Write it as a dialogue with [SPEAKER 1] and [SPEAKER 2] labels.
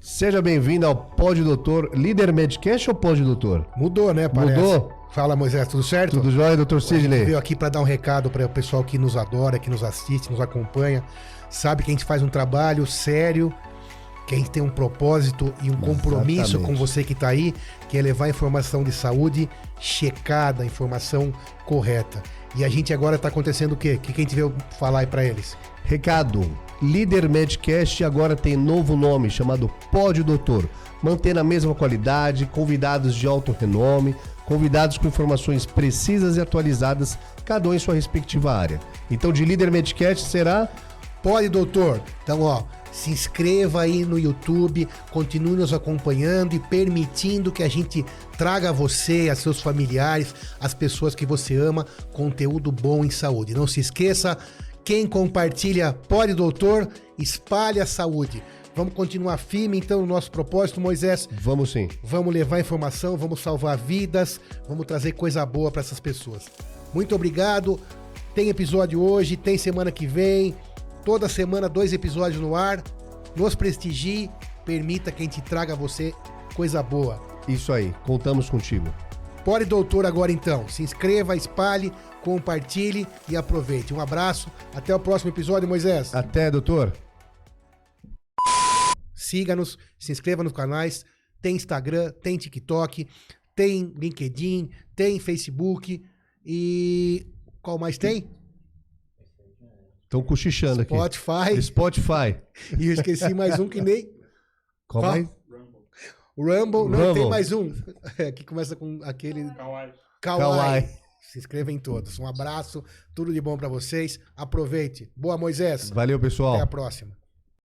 [SPEAKER 1] Seja bem-vindo ao Pod Doutor, líder Medcast ou Pod Doutor?
[SPEAKER 2] Mudou, né? Parece.
[SPEAKER 1] Mudou?
[SPEAKER 2] Fala, Moisés, tudo certo?
[SPEAKER 1] Tudo jóia, doutor
[SPEAKER 2] Veio
[SPEAKER 1] Sidney?
[SPEAKER 2] aqui para dar um recado para o pessoal que nos adora, que nos assiste, nos acompanha. Sabe que a gente faz um trabalho sério, que a gente tem um propósito e um compromisso
[SPEAKER 1] Exatamente.
[SPEAKER 2] com você que tá aí, que é levar informação de saúde checada, informação correta. E a gente agora tá acontecendo o quê? O que, que a gente veio falar aí para eles?
[SPEAKER 1] Recado: líder Medcast agora tem novo nome chamado Pod Doutor. Mantendo a mesma qualidade, convidados de alto renome, convidados com informações precisas e atualizadas, cada um em sua respectiva área. Então, de líder Medcast será
[SPEAKER 2] Pode, doutor. Então, ó, se inscreva aí no YouTube, continue nos acompanhando e permitindo que a gente traga a você, a seus familiares, as pessoas que você ama, conteúdo bom em saúde. Não se esqueça, quem compartilha Pode, doutor, espalha a saúde. Vamos continuar firme então no nosso propósito, Moisés.
[SPEAKER 1] Vamos sim.
[SPEAKER 2] Vamos levar informação, vamos salvar vidas, vamos trazer coisa boa para essas pessoas. Muito obrigado. Tem episódio hoje, tem semana que vem. Toda semana, dois episódios no ar. Nos prestigie, permita que a gente traga a você coisa boa.
[SPEAKER 1] Isso aí, contamos contigo.
[SPEAKER 2] Pode Doutor agora então. Se inscreva, espalhe, compartilhe e aproveite. Um abraço. Até o próximo episódio, Moisés.
[SPEAKER 1] Até, doutor.
[SPEAKER 2] Siga-nos, se inscreva nos canais. Tem Instagram, tem TikTok, tem LinkedIn, tem Facebook e. Qual mais tem?
[SPEAKER 1] Estão cochichando aqui.
[SPEAKER 2] Spotify.
[SPEAKER 1] Spotify.
[SPEAKER 2] E eu esqueci mais um que nem.
[SPEAKER 1] Qual
[SPEAKER 2] Qual?
[SPEAKER 1] mais?
[SPEAKER 2] Rumble. Não,
[SPEAKER 1] Rumble.
[SPEAKER 2] tem mais um. É, que começa com aquele. Kawaii.
[SPEAKER 1] Kawaii.
[SPEAKER 2] Se inscreva em todos. Um abraço, tudo de bom pra vocês. Aproveite. Boa, Moisés.
[SPEAKER 1] Valeu, pessoal.
[SPEAKER 2] Até a próxima.